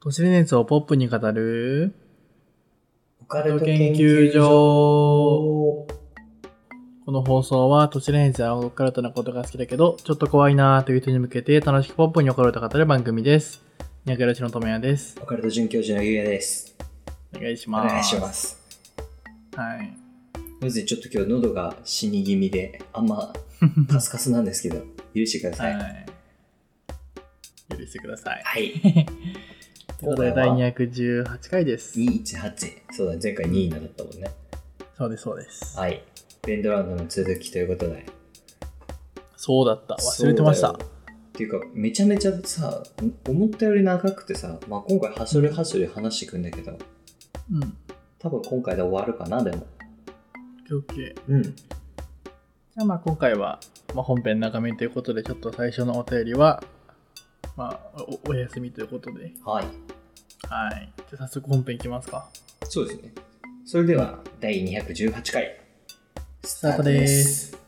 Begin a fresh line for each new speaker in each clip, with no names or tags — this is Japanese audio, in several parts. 都市伝説をポップに語る
オカ
ルト
ルト
研
研
究
究
所
所
この放送は都市伝説やオカルトなことが好きだけどちょっと怖いなーという人に向けて楽しくポップにオカルトを語る番組ですニャクラチのともやです
オカルト准教授のゆうやです。
お願いし
お
ます
願いします。
はい
まずちょっと今日喉が死に気味で、あん まカスカスなんですけど、許してください。はい。
許してください というこ
今
とで
回
第
は
218回です
218。そうだ、前回2位になったもんね。
そうですそうです
はい。ベンドラウンドの続きということで。
そうだった忘れてました
そうだよっていうか、めちゃめちゃさ、思ったより長くてさ、まあ、今回、はしょりはしょり話していくんだけど、
うん
多分今回で終わるかな、でも。
OK じ
うん。
ゃあまあ今回は、まあ、本編長めということでちょっと最初のお便りはまあおお休みということで
は
は
い。
いじゃあ早速本編いきますか
そうですね。それでは、第218回、ス
タートです。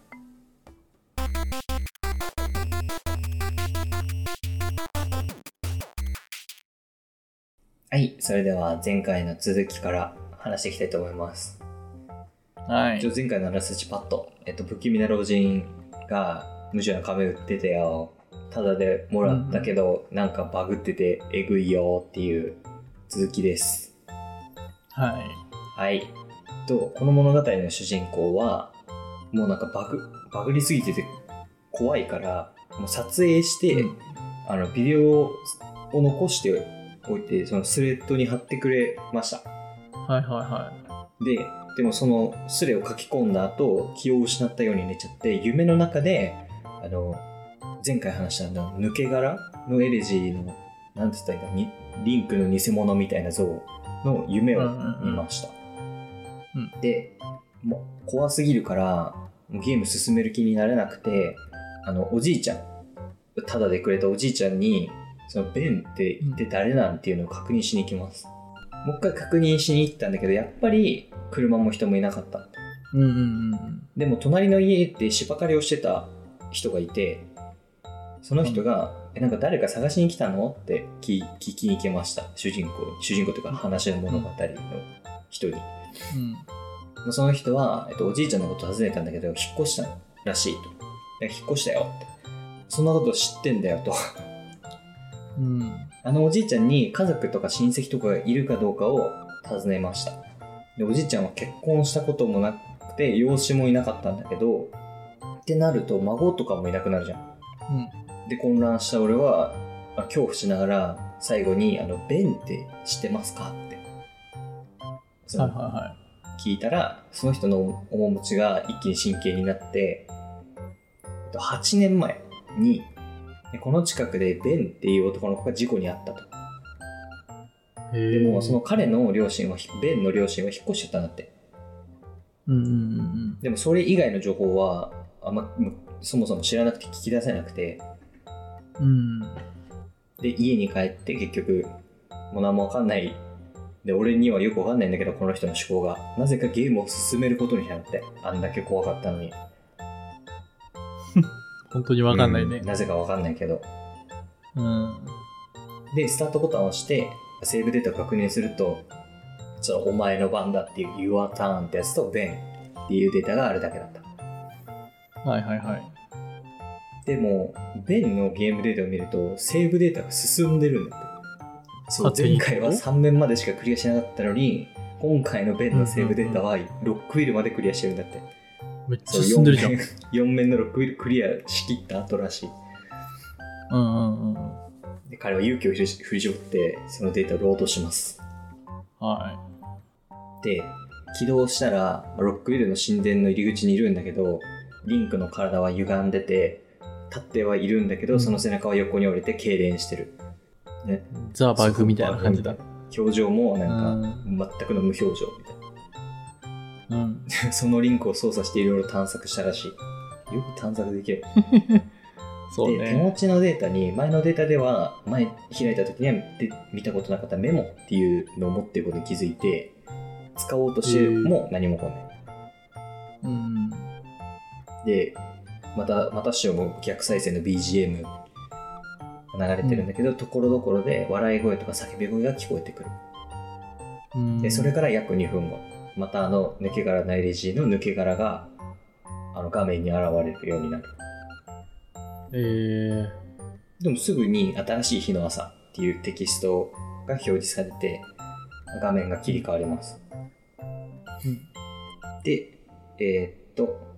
はい、それでは前回の続きから話していきたいと思います。
はい
一応前回のあらすじパッと、えっと、不気味な老人が無情な壁売っててよ、ただでもらったけど、なんかバグっててえぐいよっていう続きです。
はい
はい。と、この物語の主人公は、もうなんかバグ、バグりすぎてて怖いから、もう撮影して、
うん
あの、ビデオを残しておいて、そのスレッドに貼ってくれました。
はいはいはい
で、でもそのスレを書き込んだ後、気を失ったように寝ちゃって、夢の中で、あの、前回話したあの抜け殻のエレジーの、なんて言ったらいいかに、リンクの偽物みたいな像の夢を見ました。
うん
で、もう怖すぎるから、もうゲーム進める気になれなくて、あの、おじいちゃん、タダでくれたおじいちゃんに、その、ベンって言って誰なんていうのを確認しに行きます。もう一回確認しに行ったんだけど、やっぱり車も人もいなかった。
うんうんうんうん
でも隣の家で芝刈りをしてた人がいて、その人が、え、なんか誰か探しに来たのって聞聞きに行きました。主人公、主人公というか話の物語の人に。
うん
まあその人は、えっと、おじいちゃんのこと尋ねたんだけど、引っ越したらしいと。いや引っ越したよって。そんなこと知ってんだよと。
うん
あのおじいちゃんに家族とか親戚とかがいるかどうかを尋ねました。で、おじいちゃんは結婚したこともなくて、養子もいなかったんだけど、ってなると孫とかもいなくなるじゃん。
うん
で混乱した俺は、まあ恐怖しながら最後に「あのベンって知ってますか?」ってそ
は
の
いはいは
聞いたらその人の面持ちが一気に真剣になってえっと8年前にでこの近くでベンっていう男の子が事故に遭ったと
いへ
で
え
もその彼の両親はひベンの両親は引っ越しちゃったんだって
うんうんうん
でもそれ以外の情報はあんまむそもそも知らなくて聞き出せなくて
うんうん
で家に帰って結局もう何も分かんないで俺にはよく分かんないんだけどこの人の思考がなぜかゲームを進めることになってあんだけ怖かったのに
本当にわかんないね
うなぜか分かんないけど
うん
でスタートボタンを押してセーブデータを確認すると「ちょお前の番だ」っていう「Your turn」ってやつと「Ben」っていうデータがあるだけだった
はいはいはい
でも Ben のゲームデータを見るとセーブデータが進んでるんだってそう
勝手
前
に
回は3面までしかクリアしなかったのに今回の Ben のセーブデータはロックウィルまでクリアしてるんだって
めっち
そ
ゃ
う
進んでるじゃん
4面4面のロックウィルクリアしきった後らしい
うんうんうん
で彼は勇気を振り絞ってそのデータをロードします
は
で起動したらまあロックウィルの神殿の入り口にいるんだけどリンクの体は歪んでて立ってはいるんだけどその背中は横に折れて痙攣してる、ね、
いザ・バグみたいな感じだ
表情もなんか全くの無表情みたい
うん
な そのリンクを操作していろいろ探索したらしいよく探索できる、
そう
で手
ね
持ちのデータに前のデータでは前開いた時にはで見たことなかったメモっていうのを持ってることに気づいて使おうとしても何も来ない、
うん
でまたまたしも逆再生の BGM が流れてるんだけど、ところどころで笑い声とか叫び声が聞こえてくる。
うん
で、それから約2分後、またあの抜け殻、内レジの抜け殻が、あの画面に現れるようになる。
えー、
でもすぐに新しい日の朝っていうテキストが表示されて、画面が切り替わります。
うん
で、えーっと、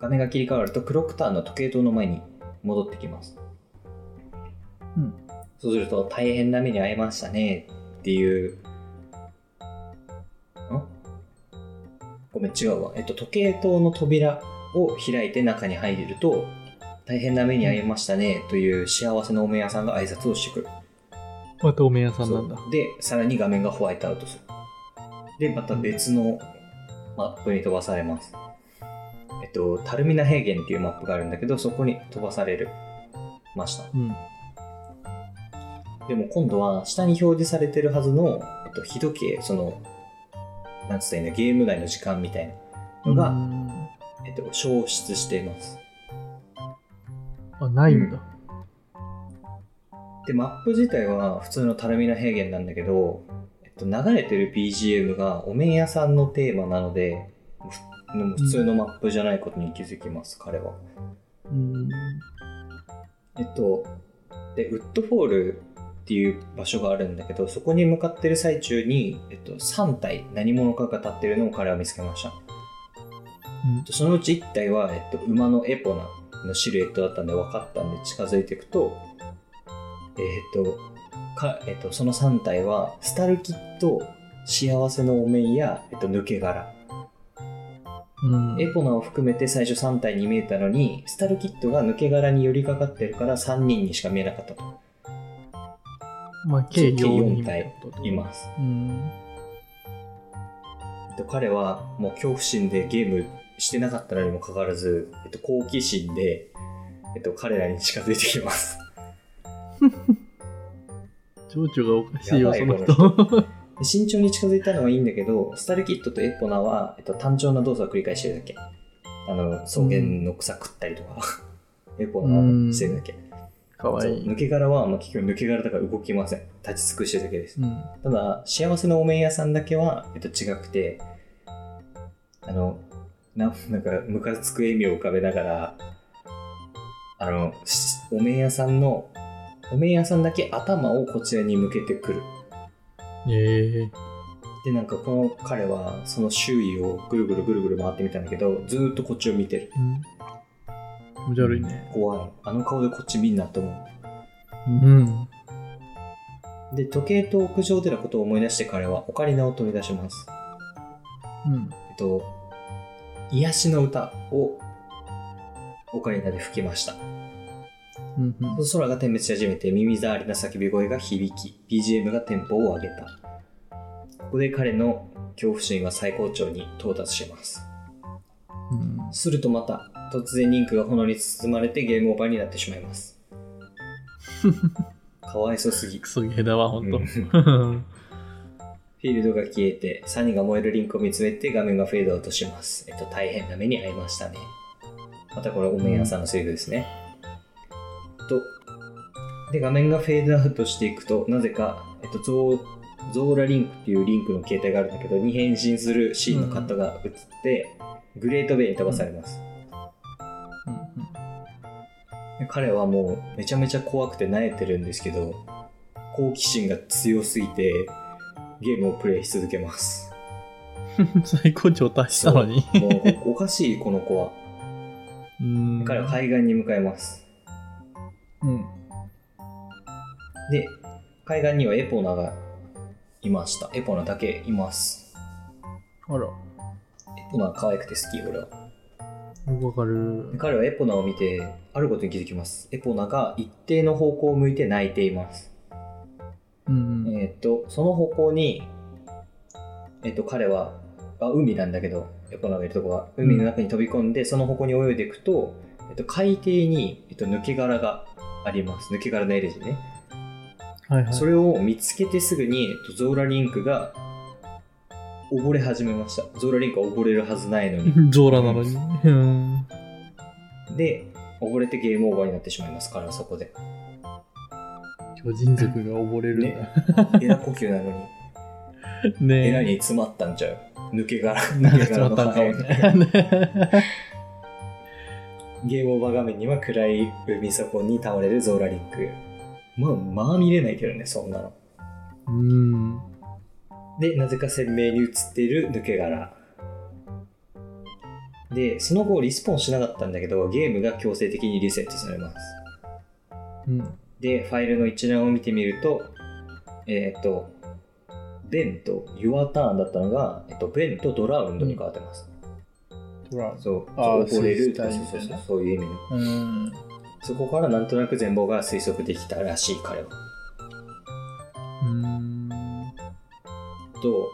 画面が切り替わると、クロクターの時計塔の前に戻ってきます。
うん
そうすると、大変な目に遭いましたねっていう、んごめん、違うわ。えっと、時計塔の扉を開いて中に入ると、大変な目に遭いましたねという幸せのお面屋さんが挨拶をしてくる。
またお麺屋さんなんだ
そうでさらに画面がホワイトアウトするでまた別のマップに飛ばされますえっとタルミナ平原っていうマップがあるんだけどそこに飛ばされるました
うん
でも今度は下に表示されてるはずの、えっと、日時計そのなんつったらいいんだゲーム内の時間みたいなの
う
が、
ん
えっと、消失しています
あないんだ、
でマップ自体は普通のタルミナ平原なんだけど、えっと、流れてる BGM がお面屋さんのテーマなのでふもう普通のマップじゃないことに気づきます、彼は
うん
えっとでウッドフォールっていう場所があるんだけどそこに向かってる最中に、えっと、3体何者かが立ってるのを彼は見つけました
うん
でそのうち1体は、えっと、馬のエポナのシルエットだったんで分かったんで近づいていくと、えっとかえっと、その3体はスタルキッと幸せのお面や、えっと、抜け殻、
うん
エポナを含めて最初3体に見えたのにスタルキットが抜け殻に寄りかかってるから3人にしか見えなかったと
まあ計
計
4
4体います
うん
えっと彼はもう恐怖心でゲームしてなかったのにもかかわらず、えっと、好奇心で、えっと、彼らに近づいてきます
情緒がおかしいよそ
や
の
ばい
人
こ ので慎重に近づいたのはいいんだけど、スタルキットとエッポナは、えっと、単調な動作を繰り返してるだけ。あの、草原の草食ったりとか、エッポナはねしてるだけ。
かわい
そう
い
抜け殻は、まあ、結局抜け殻だから動きません。立ち尽くしてるだけです。
うん
ただ、幸せのお面屋さんだけは、えっと、違くて、あの、ななんか、ムカつく笑みを浮かべながら、あの、しお面屋さんの、お面屋さんだけ頭をこちらに向けてくる。
ええ
でなんかこの彼はその周囲をぐるぐるぐるぐる回ってみたんだけどずーっとこっちを見てる
うん気持ち悪いね
怖いあの顔でこっち見んなと思
うん
うで時計と屋上でのことを思い出して彼はオカリナを取り出します
うん
えっと癒しの歌をオカリナで吹きました
うんうん
空が点滅し始めて耳障りな叫び声が響き BGM がテンポを上げたここで彼の恐怖心は最高潮に到達します
うん
するとまた突然リンクが炎に包まれてゲームオーバーになってしまいますかわいそうすぎ
クソゲーだわほんと
うんフ
う
ィールドが消えてサニーが燃えるリンクを見つめて画面がフェードアウトしますえっと大変な目に遭いましたねまたこれおめんやさんのセリフですね、とで画面がフェードアウトしていくとなぜか、えっと、ゾーゾーラリンクっていうリンクの携帯があるんだけどに変身するシーンのカットが映って、グレートベイに飛ばされます、
ん
で彼はもうめちゃめちゃ怖くて慣れてるんですけど好奇心が強すぎてゲームをプレイし続けます
うん最高潮達したのに
そうもうおかしいこの子は
うん
彼は海岸に向かいます
うん
で海岸にはエポナがいましたエポナだけいます
あら
エポナは可愛くて好き俺は
わかる
で彼はエポナを見てあることに気づきますエポナが一定の方向を向いて泣いています
うんうん
えーっと、その方向に、えーっと、彼は、あ海なんだけど、エポナがいるとこは、海の中に飛び込んで、その方向に泳いでいくと、えっと、海底に、えっと、抜け殻があります。抜け殻のエレジね。
はいはい
それを見つけてすぐに、えっと、ゾーラリンクが溺れ始めました。ゾーラリンクは溺れるはずないのに。
ゾーラなのにうん
で、溺れてゲームオーバーになってしまいますから、そこで。
超人族が溺れるんだ。
エラ呼吸なのに、エラ
ね
に詰まったんちゃう抜け殻、
え。なん
抜
か
け
決ま
殻
っ
の
たんかも
花園
ね。
ゲームオーバー画面には暗い海底に倒れるゾーラリック。まあ、まあ見れないけどね、そんなの。
うん。
で、なぜか鮮明に映っている抜け殻。で、その後リスポーンしなかったんだけど、ゲームが強制的にリセットされます。
うん。
で、ファイルの一覧を見てみると、えっ、と、ベンと Your Turn だったのが、えっと、ベンとドラウンドに変わってます。
トラウンド
そう、
あー
溺れるとか、
水
そ
死体みた
うそう
い
そう
な、
そういう意味の。
うん。
そこからなんとなく全貌が推測できたらしい彼は。
うん。
と、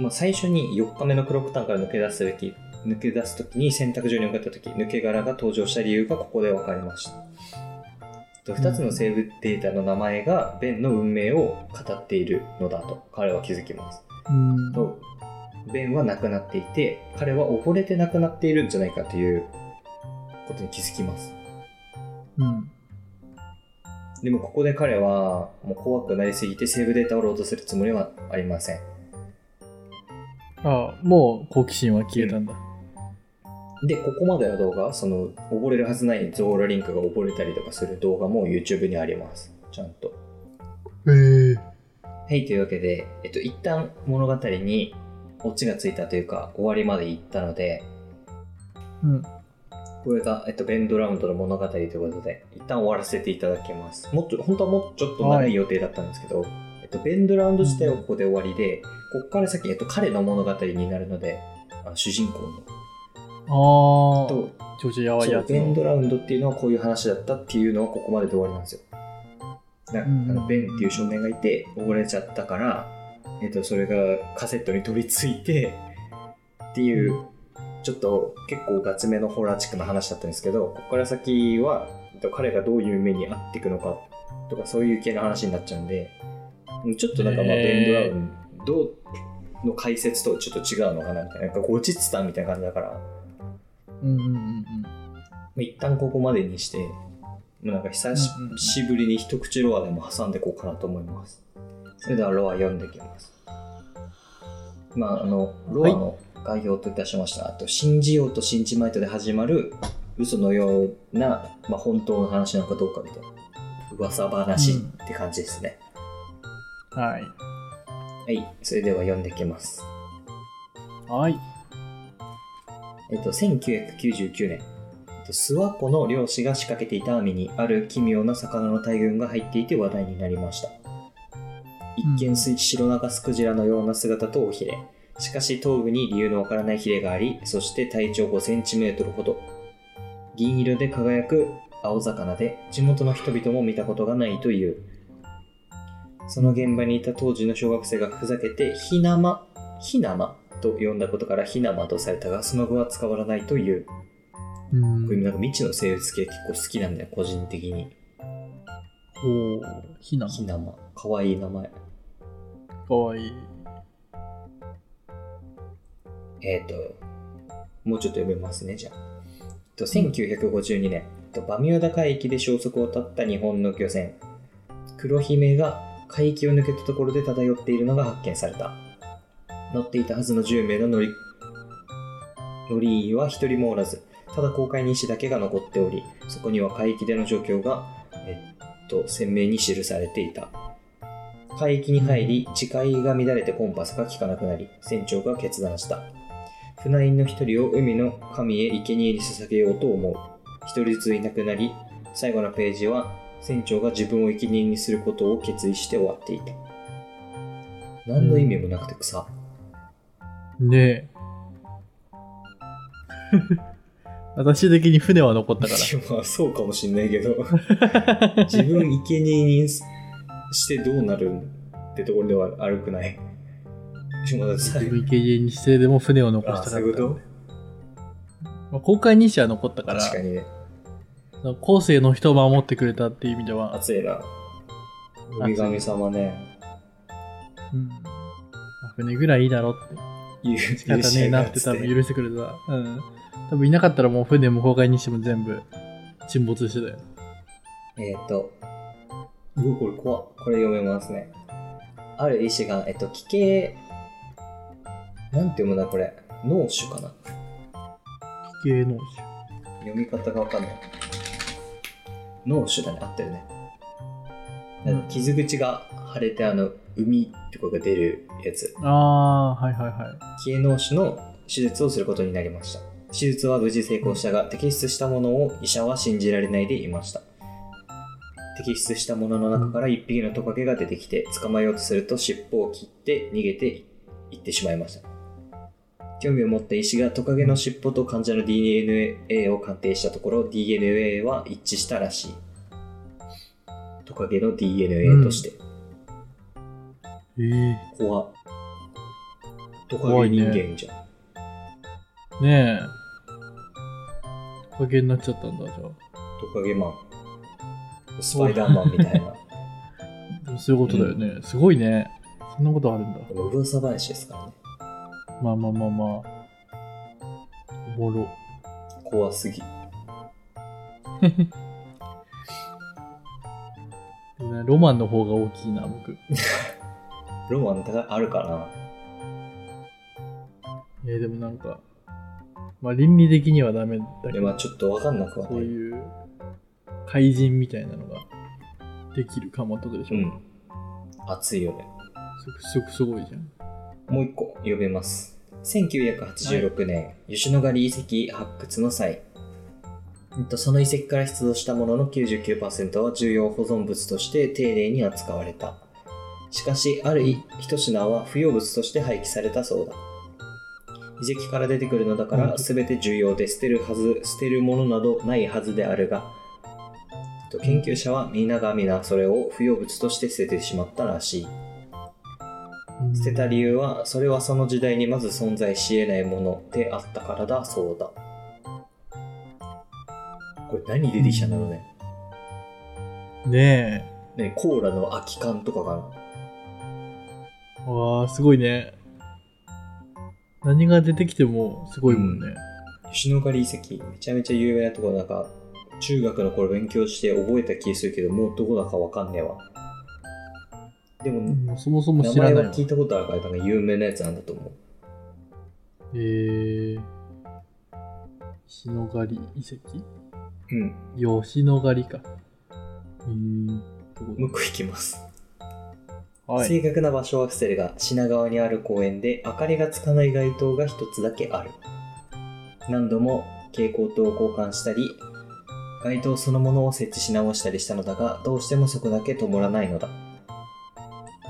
まあ、最初に4日目のクロックタウンから抜け出すべき抜け出す時に選択所に向かった時抜け殻が登場した理由がここで分かりましたと2つのセーブデータの名前がベンの運命を語っているのだと彼は気づきます
うん。
とベンは亡くなっていて彼は溺れて亡くなっているんじゃないかということに気づきます
うん。
でもここで彼はもう怖くなりすぎてセーブデータをロードするつもりはありません
ああ、もう好奇心は消えたんだ。
で、ここまでの動画、その、溺れるはずないゾーラリンクが溺れたりとかする動画も YouTube にあります。ちゃんと。
へえ。
はい、というわけで、えっと、一旦物語にオチがついたというか、終わりまで行ったので、
うん。
これが、えっと、ベンドラウンドの物語ということで、一旦終わらせていただきます。もっと、本当はもうちょっと長い予定だったんですけど、えっと、ベンドラウンド自体はここで終わりで、ここから先、えっと、彼の物語になるので、あの主人公の。
ああ。
と、
ちょちょやばい
そ
や
う
つ
ベン
の。
ドラウンドっていうのはこういう話だったっていうのはここまでで終わりなんですよ。なあ
うん
のベンっていう少年がいて溺れちゃったから、えっとそれがカセットに取り付いてっていう、ちょっと結構ガチめのホラーチックな話だったんですけどここから先は、えっと彼がどういう目に遭っていくのかとかそういう系の話になっちゃうんでちょっとなんかまあ
へー
ベンドラウンドの解説とはちょっと違うのかなみたいななんか後日談みたいな感じだから。
うんうんうんうん。
まあ一旦ここまでにして、もうなんか久し
うんうんうん
しぶりに一口ロアでも挟んでいこうかなと思います。それではロア読んでいきます。まあ、あの、ロアの概要といたしました。あと、信じようと信じまいとで始まる嘘のような、まあ、本当の話なのかどうかみたいな。噂話って感じですね。
はい。
はい、それでは読んでいきます。
はい。
えっと、1999年、えっと諏訪湖の漁師が仕掛けていた網にある奇妙な魚の大群が入っていて話題になりました。一
うん
見す白長スクジラのような姿と尾ひれ。しかし頭部に理由のわからないひれがあり、そして体長5センチメートルほど。銀色で輝く青魚で、地元の人々も見たことがないという。その現場にいた当時の小学生がふざけて、ひなま、ひなまと呼んだことからひなまとされたが、その後は使われないという。
うん
こういうなんか未知の生物系結構好きなんだよ、個人的に。
おお、ひな。
ひなま。かわいい名前。
かわいい。
えっ、と、もうちょっと読めますね、じゃあ。えっと1952年、えっとバミューダ海域で消息を絶った日本の漁船、黒姫が海域を抜けたところで漂っているのが発見された。乗っていたはずの10名の乗り、乗り員は1人もおらず、ただ公海に石だけが残っており、そこには海域での状況が、えっと、鮮明に記されていた。海域に入り、視界が乱れてコンパスが効かなくなり、船長が決断した。船員の一人を海の神へ生贄に捧げようと思う。一人ずついなくなり、最後のページは船長が自分を生贄にすることを決意して終わっていた。何の意味もなくて草。
ねえ。 私的に船は残ったか
まあそうかもしんないけ ど、
ら。
自分生贄にすしてどうなるってところでは悪くない。しかもだって最後
生贄にしてでも船を残
あ
し
ー
た
そ
かっ
ういう
た。
こ
まあ、公開日誌は残った
と
から、
確かにね。
その後世の人を守ってくれたっていう意味では、
熱いな。海神様ね、
うんまあ船ぐらいいいだろって。
言う
仕方ねえなって多分許してくれた。うん。多分いなかったらもう船も公開日誌も全部沈没してたよ。
えっ、ー、と、うわ、これ怖っこれ読めますね。ある医師が、えっと、奇形、なんて読むんだこれ。脳腫かな
奇形脳
読み方がわかんない。脳腫だね、合ってるね。なんか傷口が腫れて、あの、海とかが出るやつ。
腫。ああー、はいはいは
気脳腫の手術をすることになりました手術は無事成功したが摘出したものを医者は信じられないでいました摘出したものの中から1匹のトカゲが出てきて捕まえようとすると尻尾を切って逃げていってしまいました興味を持った医師がトカゲの尻尾と患者の DNA を鑑定したところ DNA は一致したらしいトカゲの DNA として、
い。え
怖っトカ
怖
ゲ
いね
人間じゃん、
えねえ。トカゲになっちゃったんだ、じゃ
トカゲマン、スパイダーマンみたいな。
あ。でもそういうことだよね。すごいね。そんなことあるんだ。
でも噂話ですからね。
まあまあまあまあ。おもろ。
怖すぎ。
でもねロマンの方が大きいな、僕。
ロマン高いあるか
えー、でもなんか、まあ倫理的にはダメだ
な
け
で
ど、
まあちょっとわかんなくは
そ
な
う
い。
いう怪人みたいなのができるかもってことでし
う
ょ。
ん。熱いよね。
すごくすごいじゃん。
もう一個読めます。1986年、吉野ヶ里遺跡発掘の際、うんとその遺跡から出土したものの99%は重要保存物として丁寧に扱われた。しかし、あるい一品は不要物として廃棄されたそうだ。遺跡から出てくるのだか
う
ら
ん
全て重要で捨てるはず、捨てるものなどないはずであるが、と研究者は皆が皆それを不要物として捨ててしまったらしい。
うん
捨てた理由はそれはその時代にまず存在し得ないものであったからだそうだこれ何出てきたんだろうね
ねえ。
ねコーラの空き缶とかかな
わあ、すごいね。何が出てきてもすごいもんね。
吉野ヶ里遺跡めちゃめちゃ有名なところなんか中学の頃勉強して覚えた気するけどもうどこだかわかんねえわでも
もうそもそも
名
知ら
前
ない
は
わ。
聞いたことあるからなんか有名なやつなんだと思う
えー。吉野ヶ里遺
うん
跡吉野ヶ里か。えー。ってこと
向こう行きます
はい。
正確な場所は伏せるが品川にある公園で明かりがつかない街灯が一つだけある何度も蛍光灯を交換したり街灯そのものを設置し直したりしたのだがどうしてもそこだけ灯らないのだ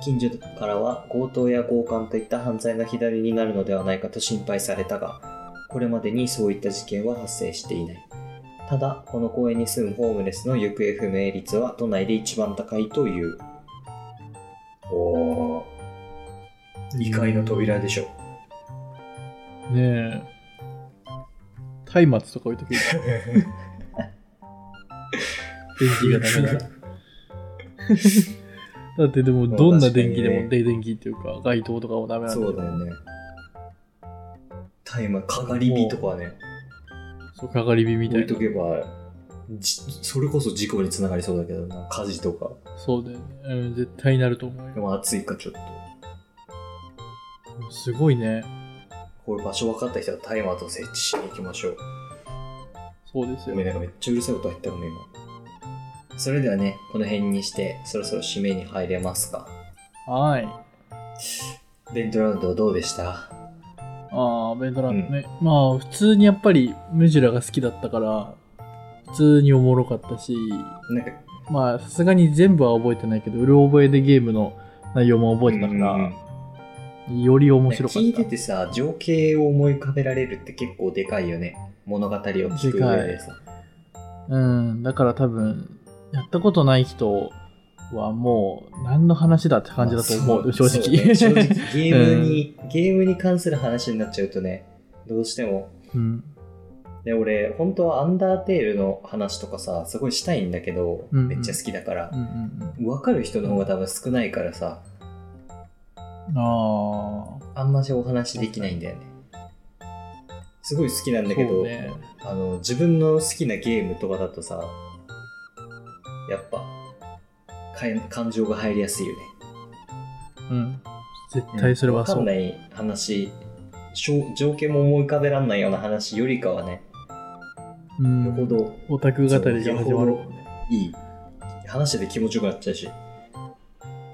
近所からは強盗や強姦といった犯罪が左になるのではないかと心配されたがこれまでにそういった事件は発生していないただこの公園に住むホームレスの行方不明率は都内で一番高いというおお異界の扉でしょ
ねえ。松明とか置いとけば電気が ダメだ。だってでも
まあ
どんな電気で
確か
も
に
で電気っていうか街灯とかもダメなんだけど
そうだよね大麻かがり火とかね
そうかがり火みた
置
い
いと
な
けばじそれこそ事故につながりそうだけどな火事とか
そうだよね、うん、絶対なると思う
で
よ
も暑いかちょっと
すごいね
これ場所分かった人は大麻と設置しに行きましょう
そうです
ご
よ
めんなんかめっちゃうるさい音入ったごめん今それではねこの辺にしてそろそろ締めに入れますか
はい
レッドラウンドどうでした
ああベントランドね、まあ普通にやっぱりムジュラが好きだったから普通におもろかったし
なんか
まあさすがに全部は覚えてないけどうる覚えでゲームの内容も覚えてたから、
うんうんうん
より面白か
聞い
った
ててさ情景を思い浮かべられるって結構でかいよね物語を聞く上でさ
うん、だから多分、やったことない人はもう、何の話だって感じだと思う、
まあ
正
そ
直。
そうね正直ゲームに、ゲームに関する話になっちゃうとねどうしても
うん、
で俺本当は「アンダーテール」の話とかさすごいしたいんだけど、
うんうん
めっちゃ好きだから
うん、う、ん、
分かる人の方が多分少ないからさ
うん。ああ、
あんましお話できないんだよねすごい好きなんだけ
そう
ど、
ね。
あの自分の好きなゲームとかだとさやっぱかえ感情が入りやすいよね。
うん。絶対それは
わか
そ
ん
う。
ない話、しょ情景も思い浮かべらんないような話よりかはね、
う
よほ
ん。
ど、
オタク語りが始まる
よ。ほどいい。話してて気持ちよくなっちゃうし、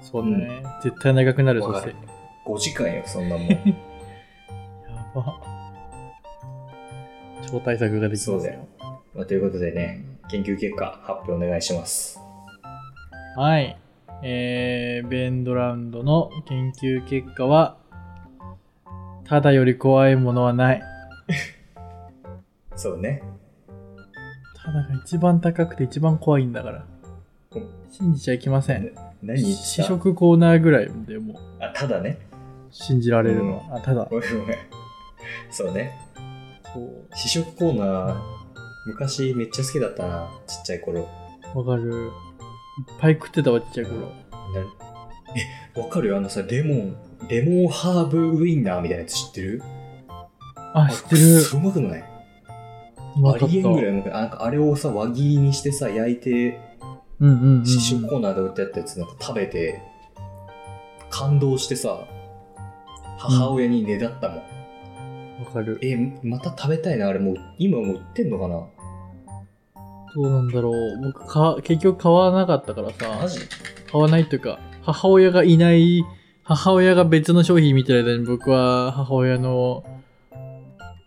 そうだね。絶対長くなる、そ
わか
して
る。5時間よ、そんなも ん。
やば。超対策ができます
そうだよ。まあ、ということでね、研究結果発表お願いします。
はい。えー、ベンドラウンドの研究結果は、ただより怖いものはない。
そうね。
ただが一番高くて一番怖いんだから
うん。
信じちゃいけません。
何言って
試
た
食コーナーぐらいでもう
あ、ただね。
信じられるのは。あ、ただ。
ごめんごめん。そうね。
そう。
試食コーナー、昔めっちゃ好きだったな、ちっちゃい頃。
わかる。いっぱい食ってたわ、ちっちゃい頃。
なえ、わかるよあのさ、レモン、レモンハーブウインナーみたいなやつ知ってる
あ、知って
あれくっそ
る。
うまくないう
ま
あ
かった。
りえんぐら
う
いうまくないなんかあれをさ、輪切りにしてさ、焼いて、
んうんうんうん。
試食コーナーで売ってあったやつなんか食べて、感動してさ、母親にねだったもん。
わかる。
え、また食べたいな、あれもう、今もう売ってんのかな
どうなんだろう。僕か、結局買わなかったからさ。
マジ
買わないというか母親がいない母親が別の商品見てる間に僕は母親の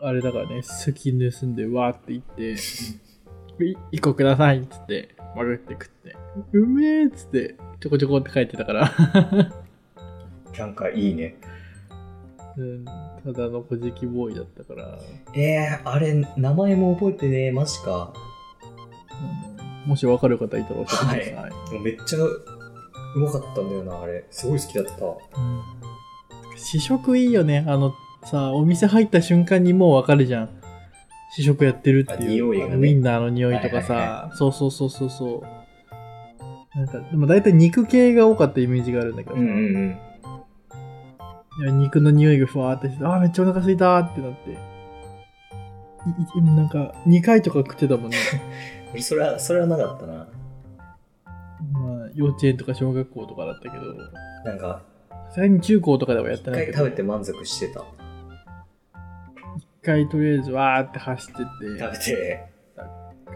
あれだからね先盗んでわーって言って「 い一個ください」っつってまぐって食って「うめえ」っつってちょこちょこって書いてたから
なんかいいね。
うんただの小じきボーイだったから
えー、あれ、名前も覚えてねえ、マジか。
うんもし分かる方いたら教えてください、
はでもめっちゃうまかったんだよな、あれ。すごい好きだった。
うん試食いいよねあのさお店入った瞬間にもうわかるじゃん試食やってるっていう
あ匂いがね
あのウインナーの匂いとかさ、
はいはい
そうそうそうそうそうなんかでも大体肉系が多かったイメージがあるんだけどさ、い
うん。
や肉の匂いがふわーってしてあーめっちゃお腹すいたーってなっていいなんか2回とか食ってたもんね
俺それは、それはなかったな。
まあ幼稚園とか小学校とかだったけど
なんか、
さすがに中高とかではやっ
一
てない
回
け
食
ど
べて満足してた。
1回とりあえずわーって走ってって
食べて、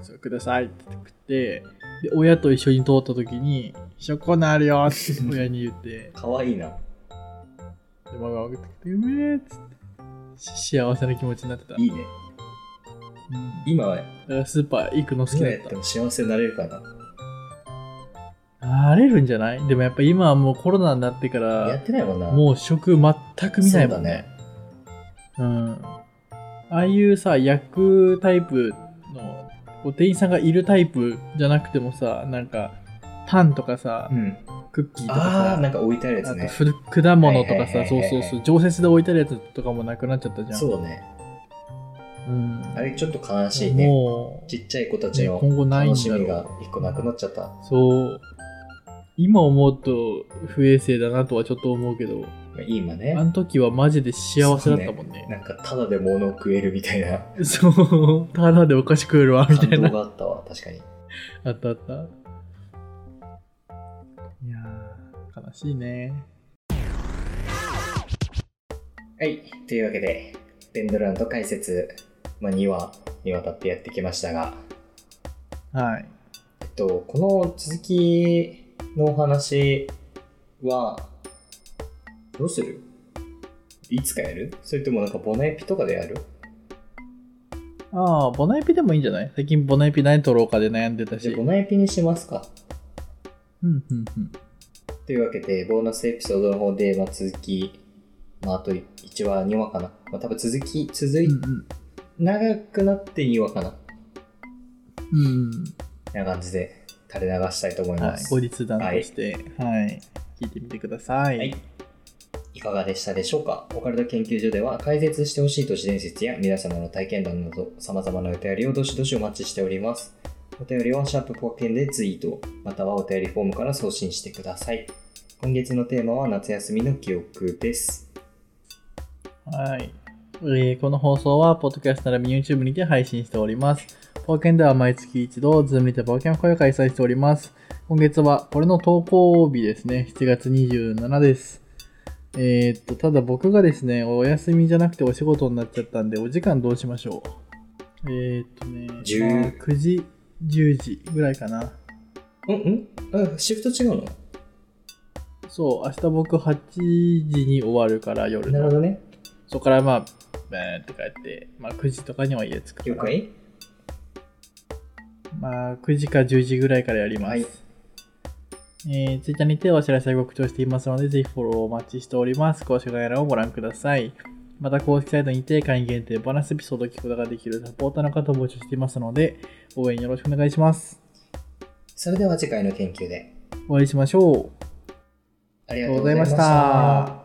そうくださいって言って食ってで親と一緒に通った時に「試食コーナーあるよ」って親に言って
かわいいな。
で孫が送ってきて「うめえ」っつってし幸せな気持ちになってた、
いいね。
うん
今は、
だからスーパー行くの好き
今
だ
や
っ
っても幸せになれるかな。
たなれるんじゃないでもやっぱ今はもうコロナになってか
や
ら
ってないもんな。
もう食全く見ないもんねうんああいうさ焼くタイプのこう店員さんがいるタイプじゃなくてもさなんかパンとかさ、
そうだね。うん。
クッキーとか
あ
さ
ー、なんか置いてあるやつ
あと
ね。
ふ果物とか
は
さ、
いはい
そう
はいはい
そうそう、常設で置いてあるやつとかもなくなっちゃったじゃん。。
そううね。
ん、
あれちょっと悲しいね。
もう、
ちっちゃい子たち
ね
の
今後ないん
楽し
だろう
みが一個なくなっちゃった。
そう。今思うと不衛生だなとはちょっと思うけど、
今ね。
あの時はマジで幸せだったもんね。
なんかただで物を食えるみたいな
そう,、ただでお菓子食えるわ、み
感
たい
動
な。
があったわ確かに
あったあった。いやー、悲しいね。
はいというわけでベンドランド解説、まあ、2話にわたってやってきましたが、
はい。
えっと、この続きのお話はどうするいつかやるそれともなんかボナエピとかでやる
ああ、ボナエピでもいいんじゃない最近ボナエピ何取ろうかで悩んでたし。
じゃあ
う
ボ
ん、
ナエピにしますか
うん、うん。
というわけで、ボーナスエピソードの方で、まあ、続き、まあ、あと1話、2話かな。まあ、多分続き、続い、
うんうん
長くなって2話かな。
うん。
な感じで垂れ流したいと思い
は
ま
い、
す。
後日談として、はい聞いてみてください。
はいいかがでしたでしょうかオカルト研究所では解説してほしい都市伝説や皆様の体験談など様々なお便りをどしどしお待ちしております。お便りはシャープポケンでツイート、またはお便りフォームから送信してください。今月のテーマは夏休みの記憶です。
はいえーこの放送は、ポッドキャストならび YouTube にて配信しております。冒険では毎月一度、ズームにて冒険会を開催しております。今月は、これの投稿日ですね。7月27です。えー、っと、ただ僕がですね、お休みじゃなくてお仕事になっちゃったんで、お時間どうしましょうえー、っとね、
10
まあ9時、10時ぐらいかな。
うんうんあシフト違うの
そう、明日僕8時に終わるから夜
なる
の
ほ。どね。
そこからまあ、バーンって帰って、まあ9時とかには家着くか
了
な。
解
まあ、9時か10時ぐらいからやります。
はい
えー、Twitter にてお知らせや告知をしていますので、ぜひフォローお待ちしております。公式概要欄をご覧ください。また公式サイトにて会員限定ボーナスエピソードを聞くことができるサポーターの方を募集していますので、応援よろしくお願いします。
それでは次回の研究で。
お会いしましょう。
ありがとうございました。